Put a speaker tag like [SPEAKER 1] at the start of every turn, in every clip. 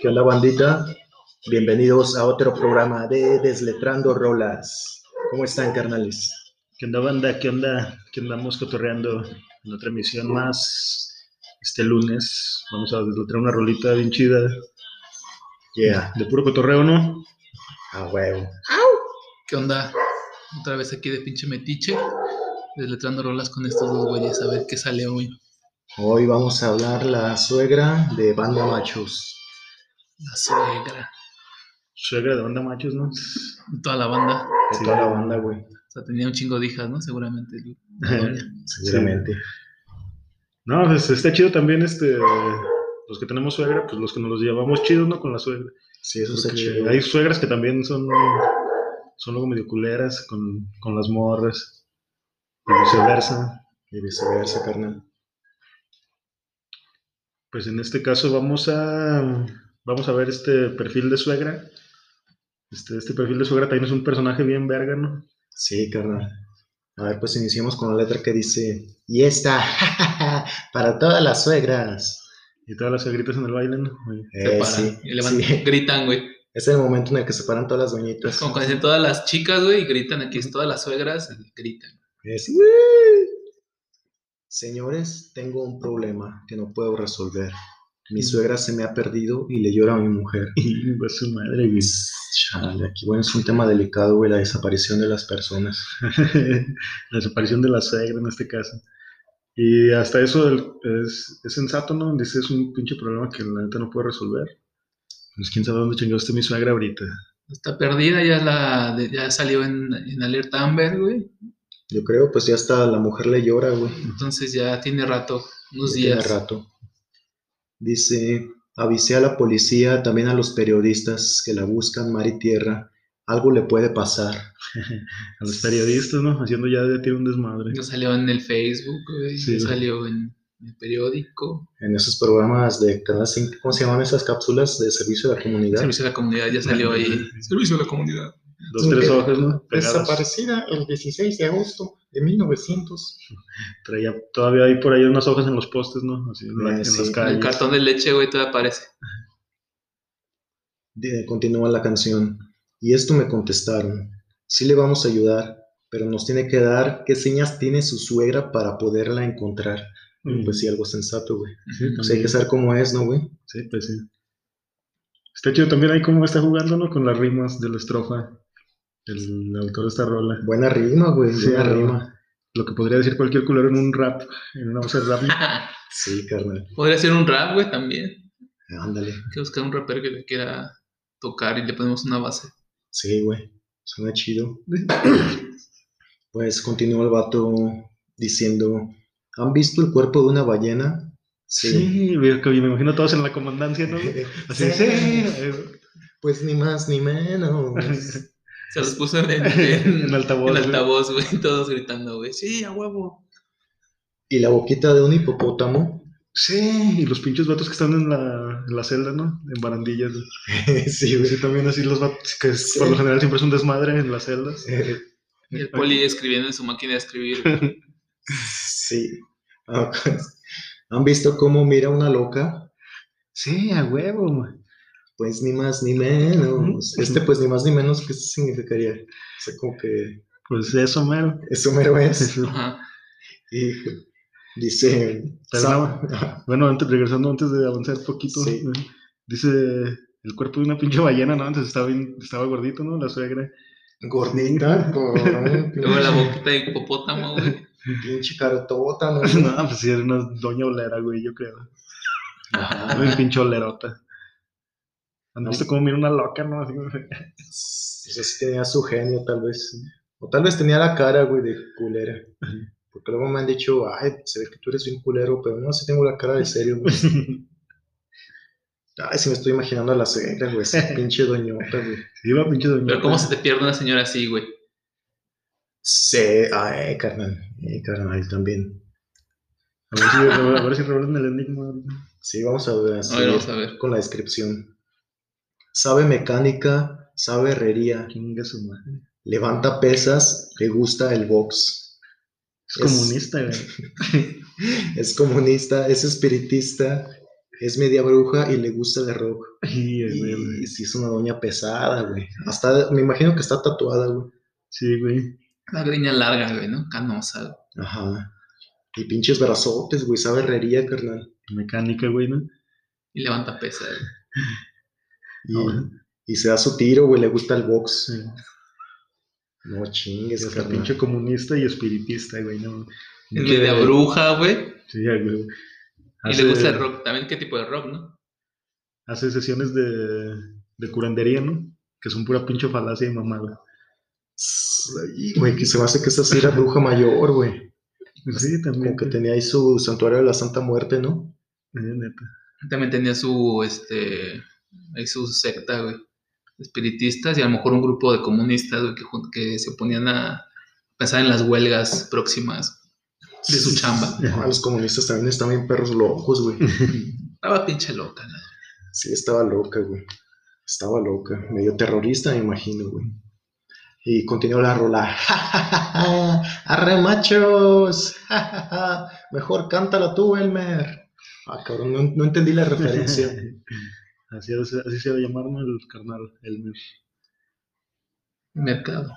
[SPEAKER 1] ¿Qué onda, bandita? Bienvenidos a otro programa de Desletrando Rolas. ¿Cómo están, carnales?
[SPEAKER 2] ¿Qué onda, banda? ¿Qué onda? ¿Qué andamos cotorreando en otra emisión más? Este lunes vamos a desletrar una rolita bien chida.
[SPEAKER 1] Yeah,
[SPEAKER 2] De puro cotorreo, ¿no?
[SPEAKER 1] a huevo.
[SPEAKER 3] ¿Qué onda? Otra vez aquí de pinche metiche, desletrando rolas con estos dos güeyes, a ver qué sale hoy.
[SPEAKER 1] Hoy vamos a hablar la suegra de Banda Machos.
[SPEAKER 3] La suegra,
[SPEAKER 2] Suegra de banda machos, ¿no?
[SPEAKER 3] toda la banda.
[SPEAKER 1] De
[SPEAKER 2] Sí.
[SPEAKER 1] toda la banda, güey.
[SPEAKER 3] O sea, tenía un chingo de hijas, ¿no? Seguramente.
[SPEAKER 1] Seguramente.
[SPEAKER 2] No, pues está chido también este. Los que tenemos suegra, pues los que nos los llevamos chidos, ¿no? Con la suegra.
[SPEAKER 1] Sí, eso está
[SPEAKER 2] Porque
[SPEAKER 1] chido.
[SPEAKER 2] Hay suegras que también son, son luego medio culeras con, con las morras. Y viceversa.
[SPEAKER 1] Y viceversa, carnal.
[SPEAKER 2] Pues en este caso vamos a, vamos a ver este perfil de suegra. Este, este perfil de suegra también es un personaje bien verga, ¿no?
[SPEAKER 1] Sí, carnal. A ver, pues iniciamos con la letra que dice: Y esta, para todas las suegras.
[SPEAKER 2] Y todas las suegritas en el baile, ¿no? Muy-
[SPEAKER 1] Eh,
[SPEAKER 3] Se paran
[SPEAKER 1] sí,
[SPEAKER 3] y levantan-
[SPEAKER 1] sí. Pues
[SPEAKER 3] gritan, güey.
[SPEAKER 1] Es el momento en el que se paran todas las doñitas.
[SPEAKER 3] Como cuando dicen todas las chicas, güey, y gritan aquí, es todas las suegras, gritan.
[SPEAKER 1] Es, Señores, tengo un problema que no puedo resolver.
[SPEAKER 3] Mm.
[SPEAKER 1] Mi suegra se me ha perdido y le llora a mi mujer.
[SPEAKER 2] Y va su madre, güey.
[SPEAKER 1] Chale, aquí bueno, es un tema delicado, güey, la desaparición de las personas.
[SPEAKER 2] la desaparición de la suegra en este caso. Y hasta eso el- es, es sensato, ¿no? Dice, es un pinche problema que la neta no puedo resolver. Pues quién sabe dónde chingado está mi suegra ahorita.
[SPEAKER 3] Está perdida, ya la de- ya salió en, en alerta Amber, güey.
[SPEAKER 1] Yo creo, pues ya hasta la mujer le llora, güey.
[SPEAKER 3] Entonces ya tiene rato, unos
[SPEAKER 1] Ya tiene
[SPEAKER 3] días.
[SPEAKER 1] rato. Dice, avisé a la policía, también a los periodistas que la buscan mar y tierra. Algo le puede pasar.
[SPEAKER 2] A los periodistas, ¿no? Haciendo ya de ti un desmadre.
[SPEAKER 3] Ya salió en el Facebook, güey.
[SPEAKER 2] Sí,
[SPEAKER 3] ya
[SPEAKER 2] güey.
[SPEAKER 3] salió en el periódico.
[SPEAKER 1] En esos programas de Canal 5, ¿cómo se llaman esas cápsulas de servicio a la comunidad?
[SPEAKER 3] Servicio a la comunidad, ya salió ahí. Servicio a la comunidad.
[SPEAKER 2] Dos, tres hojas, ¿no? Pegadas.
[SPEAKER 1] Desaparecida el 16 de agosto de 1900.
[SPEAKER 2] Traía, todavía hay por ahí unas hojas en los postes, ¿no? Así en, la-
[SPEAKER 1] Eh,
[SPEAKER 2] en
[SPEAKER 1] sí.
[SPEAKER 2] las
[SPEAKER 1] El
[SPEAKER 2] calles.
[SPEAKER 3] El cartón de leche, güey, todavía aparece.
[SPEAKER 1] De- continúa la canción. Y esto me contestaron. Sí le vamos a ayudar, pero nos tiene que dar qué señas tiene su suegra para poderla encontrar.
[SPEAKER 2] Mm,
[SPEAKER 1] Pues sí, algo sensato, güey.
[SPEAKER 2] sí,
[SPEAKER 1] O sea, hay
[SPEAKER 2] también.
[SPEAKER 1] que saber cómo es, ¿no, güey?
[SPEAKER 2] Sí, pues sí. Está chido también ahí cómo está jugando, ¿no? Con las rimas de la estrofa. El autor de esta rola.
[SPEAKER 1] Buena rima, güey.
[SPEAKER 2] Sí,
[SPEAKER 1] buena
[SPEAKER 2] ¿verdad?
[SPEAKER 1] rima.
[SPEAKER 2] Lo que podría decir cualquier culero en un rap, en una voz de rap. ¿no?
[SPEAKER 1] Sí, carnal.
[SPEAKER 3] Podría ser un rap, güey, también.
[SPEAKER 1] Ándale.
[SPEAKER 3] Hay que buscar un rapero que le quiera tocar y le ponemos una base.
[SPEAKER 1] Sí, güey. Suena chido. Pues continúa el vato diciendo, ¿han visto el cuerpo de una ballena?
[SPEAKER 2] Sí, güey, que me imagino todos en la comandancia, ¿no? Así, sí. eh,
[SPEAKER 1] Pues ni más ni menos.
[SPEAKER 3] Se los puso en, en-
[SPEAKER 2] En altavoz,
[SPEAKER 3] en
[SPEAKER 2] güey.
[SPEAKER 3] altavoz, güey, todos gritando, güey. Sí, a huevo.
[SPEAKER 1] y la boquita de un hipopótamo.
[SPEAKER 2] Sí, y los pinches vatos que están en la, en la celda, ¿no? En barandillas. güey.
[SPEAKER 1] sí, güey.
[SPEAKER 2] Sí, también así los vatos, que es-
[SPEAKER 1] Sí.
[SPEAKER 2] por lo general siempre es un desmadre en las celdas.
[SPEAKER 3] Y el poli escribiendo en su máquina de escribir. güey.
[SPEAKER 1] sí. Ah, pues, ¿Han visto cómo mira una loca?
[SPEAKER 2] Sí, a huevo, güey.
[SPEAKER 1] Pues ni más ni menos. Este, pues ni más ni menos, ¿qué significaría? O sea, como que
[SPEAKER 2] Pues eso, mero.
[SPEAKER 1] eso mero es.
[SPEAKER 3] Ajá.
[SPEAKER 1] Y dice.
[SPEAKER 2] Pero
[SPEAKER 1] Sam-
[SPEAKER 2] Bueno, antes, regresando antes de avanzar poquito,
[SPEAKER 1] Sí.
[SPEAKER 2] eh, dice el cuerpo de una pinche ballena, ¿no? Antes estaba, bien- estaba gordito, ¿no? La suegra.
[SPEAKER 1] Gordita, con
[SPEAKER 3] Luego la boquita de hipopótamo, güey.
[SPEAKER 1] pinche cartota, ¿no?
[SPEAKER 2] no, pues sí, era una doña olera, güey, yo creo.
[SPEAKER 1] Ajá.
[SPEAKER 2] Una pinche olerota. ¿Han
[SPEAKER 1] No.
[SPEAKER 2] visto cómo mira una loca, no? Así como-
[SPEAKER 1] Pues así tenía su genio, tal vez. O tal vez tenía la cara, güey, de culera. Porque luego me han dicho, ay, se ve que tú eres bien culero, pero no, sí tengo la cara de serio, güey. Ay, si me estoy imaginando a la suegra, güey, esa pinche doñota, güey.
[SPEAKER 2] Sí, una pinche doña.
[SPEAKER 3] Pero cómo se te pierde una señora así, güey.
[SPEAKER 1] Sí, ay, E, carnal, ay, carnal, también.
[SPEAKER 2] A ver si, a ver si revelan el enigma.
[SPEAKER 1] Sí, vamos a ver,
[SPEAKER 3] A ver, vamos a ver.
[SPEAKER 1] con la descripción. Sabe mecánica, sabe herrería,
[SPEAKER 2] Chinga su madre.
[SPEAKER 1] levanta pesas, le gusta el box.
[SPEAKER 2] Es,
[SPEAKER 1] Es-
[SPEAKER 2] comunista, güey.
[SPEAKER 1] Es comunista, es espiritista, es media bruja y le gusta el rock.
[SPEAKER 2] Y, el
[SPEAKER 1] Y
[SPEAKER 2] meme.
[SPEAKER 1] sí es una doña pesada, güey. Hasta, me imagino que está tatuada, güey.
[SPEAKER 2] Sí, güey.
[SPEAKER 3] Una greña larga, güey, ¿no? Canosa. güey.
[SPEAKER 1] Ajá. Y pinches brazotes, güey, sabe herrería, carnal.
[SPEAKER 2] Mecánica, güey, ¿no?
[SPEAKER 3] Y levanta pesa, güey.
[SPEAKER 1] Y,
[SPEAKER 2] Ahora,
[SPEAKER 1] y se da su tiro, güey, le gusta el box.
[SPEAKER 2] sí.
[SPEAKER 1] No
[SPEAKER 2] Es
[SPEAKER 1] chingues,
[SPEAKER 2] hasta
[SPEAKER 1] carnal.
[SPEAKER 2] pinche comunista y espiritista, güey, ¿no?
[SPEAKER 3] Es
[SPEAKER 1] Que-
[SPEAKER 3] media bruja, güey.
[SPEAKER 2] Sí, ya, güey.
[SPEAKER 3] Y
[SPEAKER 2] Hace-
[SPEAKER 3] le gusta el rock. También qué tipo de rock, ¿no?
[SPEAKER 2] Hace sesiones de, de curandería, ¿no? Que son pura pinche falacia y mamada.
[SPEAKER 1] Ay, Güey, que se me hace que esa sí era bruja mayor, güey.
[SPEAKER 2] Sí, también.
[SPEAKER 1] Como que
[SPEAKER 2] güey.
[SPEAKER 1] tenía ahí su santuario de la Santa Muerte, ¿no?
[SPEAKER 2] Eh, neta.
[SPEAKER 3] También tenía su, este, ahí su secta, güey. Espiritistas y a lo mejor un grupo de comunistas, güey, que, jun- que se ponían a pensar en las huelgas próximas. De su chamba.
[SPEAKER 1] No, los comunistas también están bien perros locos, güey.
[SPEAKER 3] Estaba pinche loca, la
[SPEAKER 1] Sí, estaba loca, güey. Estaba loca. Medio terrorista, me imagino, güey. Y continuó la rola. ¡Arre, machos! Mejor cántala tú, Elmer. Ah, cabrón, no, no entendí la referencia.
[SPEAKER 2] así, es- así se va a llamar, ¿no? El carnal, el
[SPEAKER 3] mercado.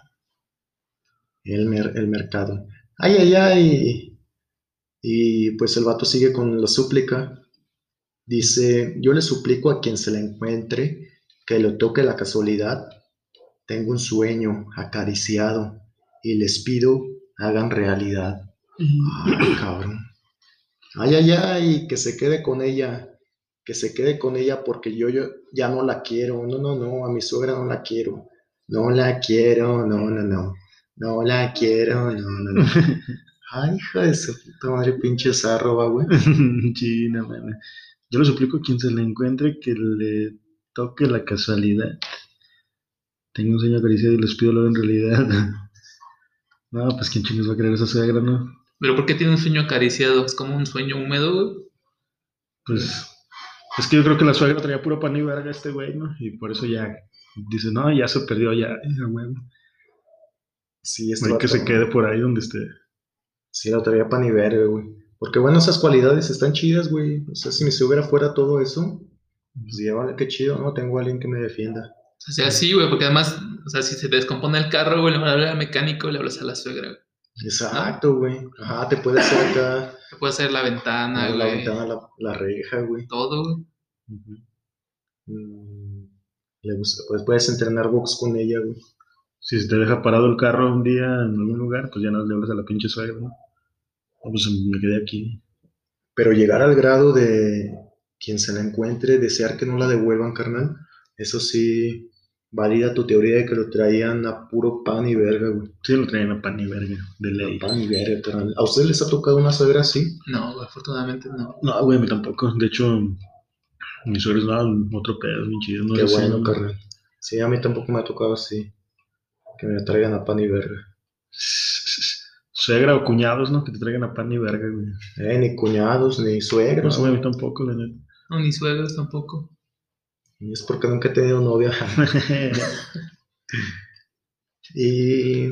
[SPEAKER 1] El, mer- el mercado. Ay, ay, ay. Y pues el vato sigue con la súplica. Dice, yo le suplico a quien se la encuentre que le toque la casualidad. Tengo un sueño acariciado y les pido hagan realidad. Ay, cabrón. Ay, ay, ay, que se quede con ella. Que se quede con ella porque yo, yo ya no la quiero. No, no, no, a mi suegra no la quiero. No la quiero, no, no, no. No la quiero, no, no, no. Ay, hija de su puta madre, pinche zarroba, güey.
[SPEAKER 2] China, man. Yo le suplico a quien se le encuentre que le toque la casualidad. Tengo un sueño acariciado y les pido lo en realidad. No, pues quién chingos va a creer esa suegra, ¿no?
[SPEAKER 3] Pero ¿por qué tiene un sueño acariciado? Es como un sueño húmedo, güey.
[SPEAKER 2] Pues es que yo creo que la suegra traía puro pan y verga este güey, ¿no? Y por eso ya dice, no, ya se perdió, ya, ya, güey.
[SPEAKER 1] Sí, este
[SPEAKER 2] Hay que se
[SPEAKER 1] vato-
[SPEAKER 2] quede por ahí donde esté.
[SPEAKER 1] Sí, la traía pan y verde, güey. Porque bueno, esas cualidades están chidas, güey. O sea, si mi suegra fuera todo eso, pues ya vale, qué chido, ¿no? Tengo a alguien que me defienda.
[SPEAKER 3] O sea, sí, güey, porque además, o sea, si se te descompone el carro, güey, le van a hablar al mecánico y le hablas a la suegra, güey.
[SPEAKER 1] Exacto, güey. Ajá, te puedes sacar
[SPEAKER 3] Te puede hacer la ventana,
[SPEAKER 1] la
[SPEAKER 3] güey.
[SPEAKER 1] ventana, la, la reja, güey.
[SPEAKER 3] Todo, güey.
[SPEAKER 1] Mm, le gusta- pues puedes entrenar box con ella, güey.
[SPEAKER 2] Si se te deja parado el carro un día en algún lugar, pues ya no le hablas a la pinche suegra, ¿no? No, pues me quedé aquí.
[SPEAKER 1] Pero llegar al grado de quien se la encuentre, desear que no la devuelvan, carnal, eso sí valida tu teoría de que lo traían a puro pan y verga, güey.
[SPEAKER 2] Sí, lo traen a pan y verga, de ley.
[SPEAKER 1] Pan y verga, carnal. ¿A ustedes les ha tocado una suegra así?
[SPEAKER 3] No, güey, afortunadamente no.
[SPEAKER 2] No, güey, a mí tampoco. De hecho, mis suegros daban otro pedo, bien chido. No
[SPEAKER 1] Qué
[SPEAKER 2] les
[SPEAKER 1] bueno,
[SPEAKER 2] hacían-
[SPEAKER 1] carnal. Sí, a mí tampoco me ha tocado así. Que me la traigan a pan y verga.
[SPEAKER 2] Suegra o cuñados, ¿no? Que te traigan a pan y verga, güey.
[SPEAKER 1] Eh, ni cuñados, ni suegros.
[SPEAKER 2] No, güey, a mí tampoco, la neta.
[SPEAKER 3] No, ni suegros tampoco.
[SPEAKER 1] Y es porque nunca he tenido novia. y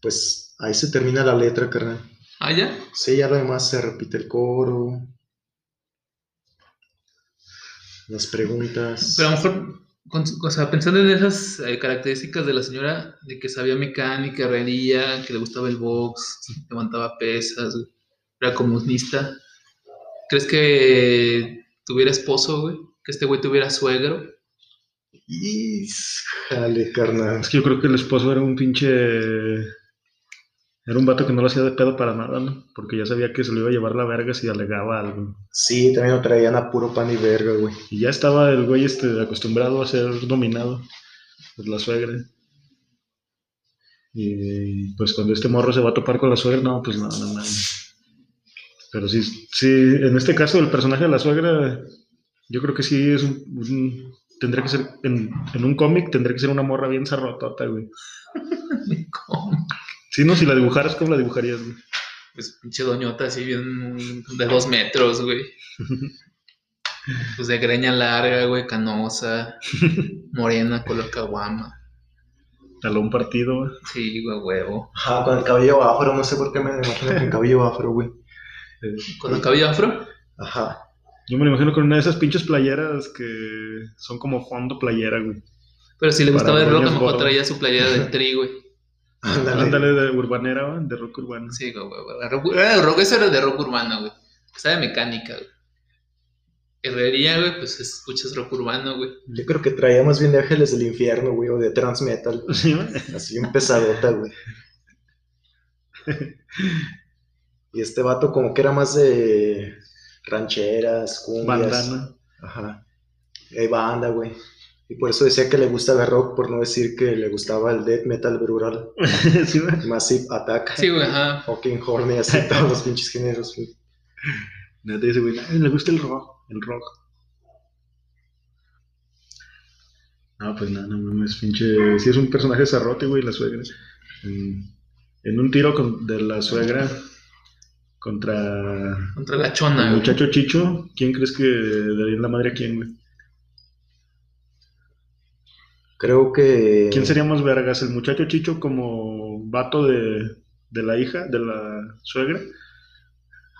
[SPEAKER 1] pues ahí se termina la letra, carnal.
[SPEAKER 3] Ah, ya.
[SPEAKER 1] Sí, ya lo demás se repite el coro. Las preguntas.
[SPEAKER 3] Pero a lo mejor, con su- o sea, pensando en esas eh, características de la señora, de que sabía mecánica, herrería, que le gustaba el box, levantaba pesas, güey, era comunista. ¿Crees que tuviera esposo, güey? ¿Que este güey tuviera suegro?
[SPEAKER 1] Jale, carnal.
[SPEAKER 2] Es que yo creo que el esposo era un pinche. Era un vato que no lo hacía de pedo para nada, ¿no? Porque ya sabía que se lo iba a llevar la verga si alegaba algo.
[SPEAKER 1] Sí, también lo traían a puro pan y verga, güey.
[SPEAKER 2] Y ya estaba el güey este, acostumbrado a ser dominado por la suegra. Y pues cuando este morro se va a topar con la suegra, no, pues no, no, no. Pero sí, sí, en este caso el personaje de la suegra, yo creo que sí es un... un- tendría que ser, en, en un cómic tendría que ser una morra bien zarrotota, güey.
[SPEAKER 3] ¿Cómo?
[SPEAKER 2] Sí, no, si la dibujaras, ¿cómo la dibujarías, güey?
[SPEAKER 3] Pues pinche doñota así bien de dos metros, güey. Pues de greña larga, güey, canosa, morena, color caguama.
[SPEAKER 2] Talón partido, güey.
[SPEAKER 3] Sí, güey, huevo.
[SPEAKER 1] Ajá, con el cabello afro, no sé por qué me imagino con cabello afro, güey.
[SPEAKER 3] ¿Con el cabello afro?
[SPEAKER 1] Ajá.
[SPEAKER 2] Yo me lo imagino con una de esas pinches playeras que son como fondo playera, güey.
[SPEAKER 3] Pero si le
[SPEAKER 2] Para
[SPEAKER 3] gustaba el rock, a lo
[SPEAKER 2] niños
[SPEAKER 3] mejor
[SPEAKER 2] gordos.
[SPEAKER 3] traía su playera de tri, güey.
[SPEAKER 1] Ándale.
[SPEAKER 2] Ándale de urbanera, güey, de rock urbano.
[SPEAKER 3] Sí, güey, güey, güey. Rock- era de rock, eso era de rock urbano, güey. Estaba de mecánica, güey. Herrería, güey, pues escuchas rock urbano, güey.
[SPEAKER 1] Yo creo que traía más bien de Ángeles del Infierno, güey, o de Trans Metal.
[SPEAKER 2] Sí, güey.
[SPEAKER 1] Así un pesadota, güey. Y este vato como que era más de rancheras, cumbias.
[SPEAKER 2] Bandana.
[SPEAKER 1] Ajá. Eh, banda, güey. Y por eso decía que le gustaba el rock, por no decir que le gustaba el death metal brutal,
[SPEAKER 2] sí, güey.
[SPEAKER 1] Massive Attack,
[SPEAKER 3] Sí, güey, ajá.
[SPEAKER 1] Fucking Horny, así todos los pinches géneros. güey.
[SPEAKER 2] Neta dice, güey, "Ay, le gusta el rock, el rock. No, pues nada, no mames, pinche. Sí, es un personaje zarrote, güey, la suegra. En, en un tiro con- de la suegra contra
[SPEAKER 3] Contra la
[SPEAKER 2] el
[SPEAKER 3] chona, güey.
[SPEAKER 2] muchacho Chicho, ¿quién crees que daría la madre a quién, güey?
[SPEAKER 1] Creo que.
[SPEAKER 2] ¿Quién sería más vergas? ¿El muchacho Chicho como vato de, de la hija, de la suegra?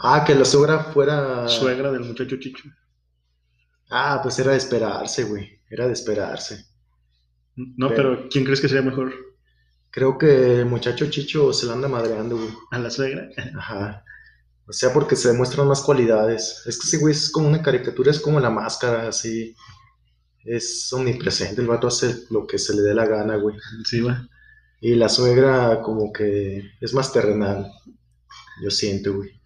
[SPEAKER 1] Ah, que la suegra fuera.
[SPEAKER 2] Suegra del muchacho Chicho.
[SPEAKER 1] Ah, pues era de esperarse, güey. Era de esperarse.
[SPEAKER 2] No,
[SPEAKER 1] Pero-
[SPEAKER 2] pero ¿quién crees que sería mejor?
[SPEAKER 1] Creo que el muchacho Chicho se la anda madreando, güey.
[SPEAKER 2] ¿A la suegra?
[SPEAKER 1] Ajá. O sea, porque se demuestran más cualidades. Es que ese güey es como una caricatura, es como la máscara, así. Es omnipresente, el vato hace lo que se le dé la gana, güey.
[SPEAKER 2] Sí, va.
[SPEAKER 1] Y la suegra como que es más terrenal. Yo siento, güey.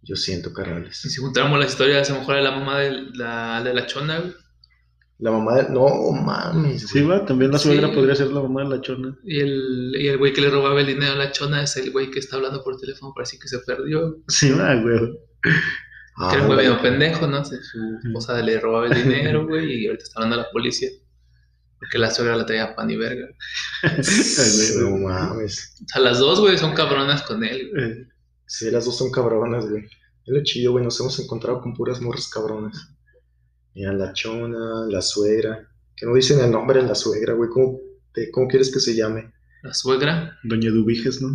[SPEAKER 1] Yo siento,
[SPEAKER 3] Y
[SPEAKER 1] carnales.
[SPEAKER 3] si juntáramos las historias, a lo mejor a la mamá de la, de la chona, güey.
[SPEAKER 1] La mamá de... No, mames,
[SPEAKER 2] Sí,
[SPEAKER 1] güey.
[SPEAKER 2] va. También la suegra
[SPEAKER 3] Sí.
[SPEAKER 2] podría ser la mamá de la chona.
[SPEAKER 3] Y el, y el güey que le robaba el dinero a la chona es el güey que está hablando por teléfono, parece que se perdió.
[SPEAKER 2] Sí, va, güey.
[SPEAKER 1] Ah,
[SPEAKER 3] que era un güey
[SPEAKER 1] güey.
[SPEAKER 3] medio pendejo, ¿no? Se- Su esposa le robaba el dinero, güey, y ahorita está hablando a la policía. Porque la suegra la traía pan y verga.
[SPEAKER 1] No mames.
[SPEAKER 3] O sea, las dos, güey, son cabronas con él. güey.
[SPEAKER 2] Eh,
[SPEAKER 1] Sí, las dos son cabronas, güey. Es lo chido, güey. Nos hemos encontrado con puras morras cabronas. Mira, la chona, la suegra. Que no dicen el nombre de la suegra, güey. ¿Cómo, te- cómo quieres que se llame?
[SPEAKER 3] La suegra,
[SPEAKER 2] Doña Dubiges, ¿no?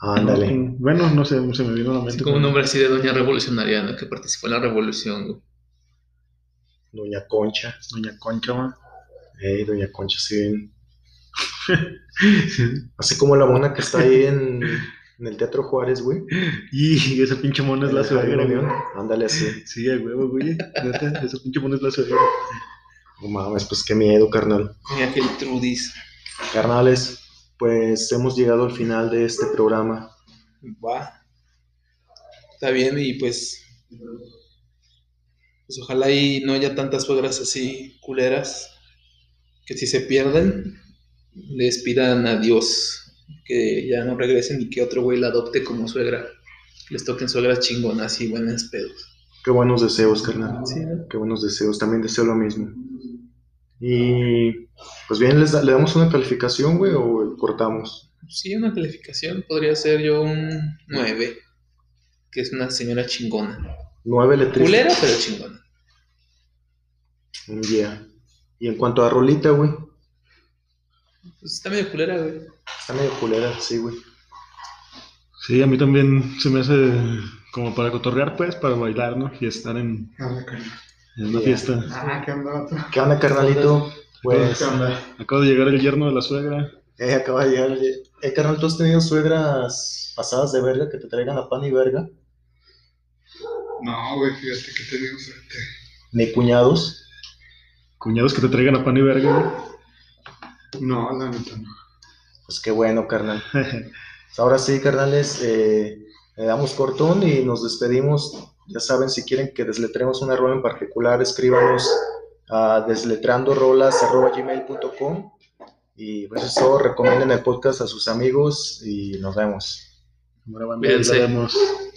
[SPEAKER 1] Ándale.
[SPEAKER 2] No, bueno, no sé, se me vino a la mente.
[SPEAKER 3] así como un nombre así de doña revolucionaria, ¿no? Que participó en la revolución, güey.
[SPEAKER 1] Doña Concha.
[SPEAKER 2] Doña Concha, va.
[SPEAKER 1] Ey, Doña Concha, sí, bien.
[SPEAKER 2] Sí.
[SPEAKER 1] Así como la mona que está ahí en, en el Teatro Juárez, güey.
[SPEAKER 2] Y esa pinche mona es
[SPEAKER 1] En
[SPEAKER 2] la
[SPEAKER 1] el Jaime
[SPEAKER 2] suegra, güey.
[SPEAKER 1] León. Ándale, así.
[SPEAKER 2] Sí, a huevo, güey. Neta, esa pinche mona es la suegra.
[SPEAKER 1] No mames, pues qué miedo, carnal.
[SPEAKER 3] Mira aquel Trudis.
[SPEAKER 1] Carnales, pues hemos llegado al final de este programa.
[SPEAKER 3] Va. Está bien, y pues. Pues ojalá y no haya tantas suegras así culeras. Que si se pierden, les pidan a Dios que ya no regresen y que otro güey la adopte como suegra. Que Les toquen suegras chingonas y buenas pedos.
[SPEAKER 1] Qué buenos deseos, carnal.
[SPEAKER 3] Sí, ¿no?
[SPEAKER 1] Qué buenos deseos, también deseo lo mismo. Y pues bien, ¿les da- ¿le damos una calificación, güey, o cortamos?
[SPEAKER 3] Sí, una calificación podría ser yo un 9. Que es una señora chingona.
[SPEAKER 1] Nueve letristas.
[SPEAKER 3] Culera, pero chingona.
[SPEAKER 1] Un día. Y en cuanto a Rolita, güey,
[SPEAKER 3] Pues está medio culera, güey.
[SPEAKER 1] está medio culera, sí, güey.
[SPEAKER 2] Sí, a mí también se me hace como para cotorrear, pues, para bailar, ¿no? Y estar en, en una
[SPEAKER 1] Ya.
[SPEAKER 2] fiesta.
[SPEAKER 4] Ah, ¿qué onda, vato?
[SPEAKER 1] ¿Qué onda, carnalito? Pues,
[SPEAKER 4] ¿Qué onda?
[SPEAKER 2] Acaba de llegar el yerno de la suegra.
[SPEAKER 1] eh, acaba de llegar. el- Eh, carnal, ¿tú has tenido suegras pasadas de verga que te traigan a pan y verga?
[SPEAKER 4] No, güey, fíjate que he tenido suerte.
[SPEAKER 1] Ni cuñados.
[SPEAKER 2] Cuñados que te traigan a pan y verga, güey.
[SPEAKER 4] No, la neta no.
[SPEAKER 1] Pues qué bueno, carnal. Pues ahora sí, carnales, eh, le damos cortón y nos despedimos. Ya saben, si quieren que desletremos una rola en particular, escríbanos a desletrandorolas.gmail.com y pues eso, es todo. recomienden el podcast a sus amigos y nos vemos.
[SPEAKER 2] Ahora van
[SPEAKER 3] Cuídense.
[SPEAKER 2] a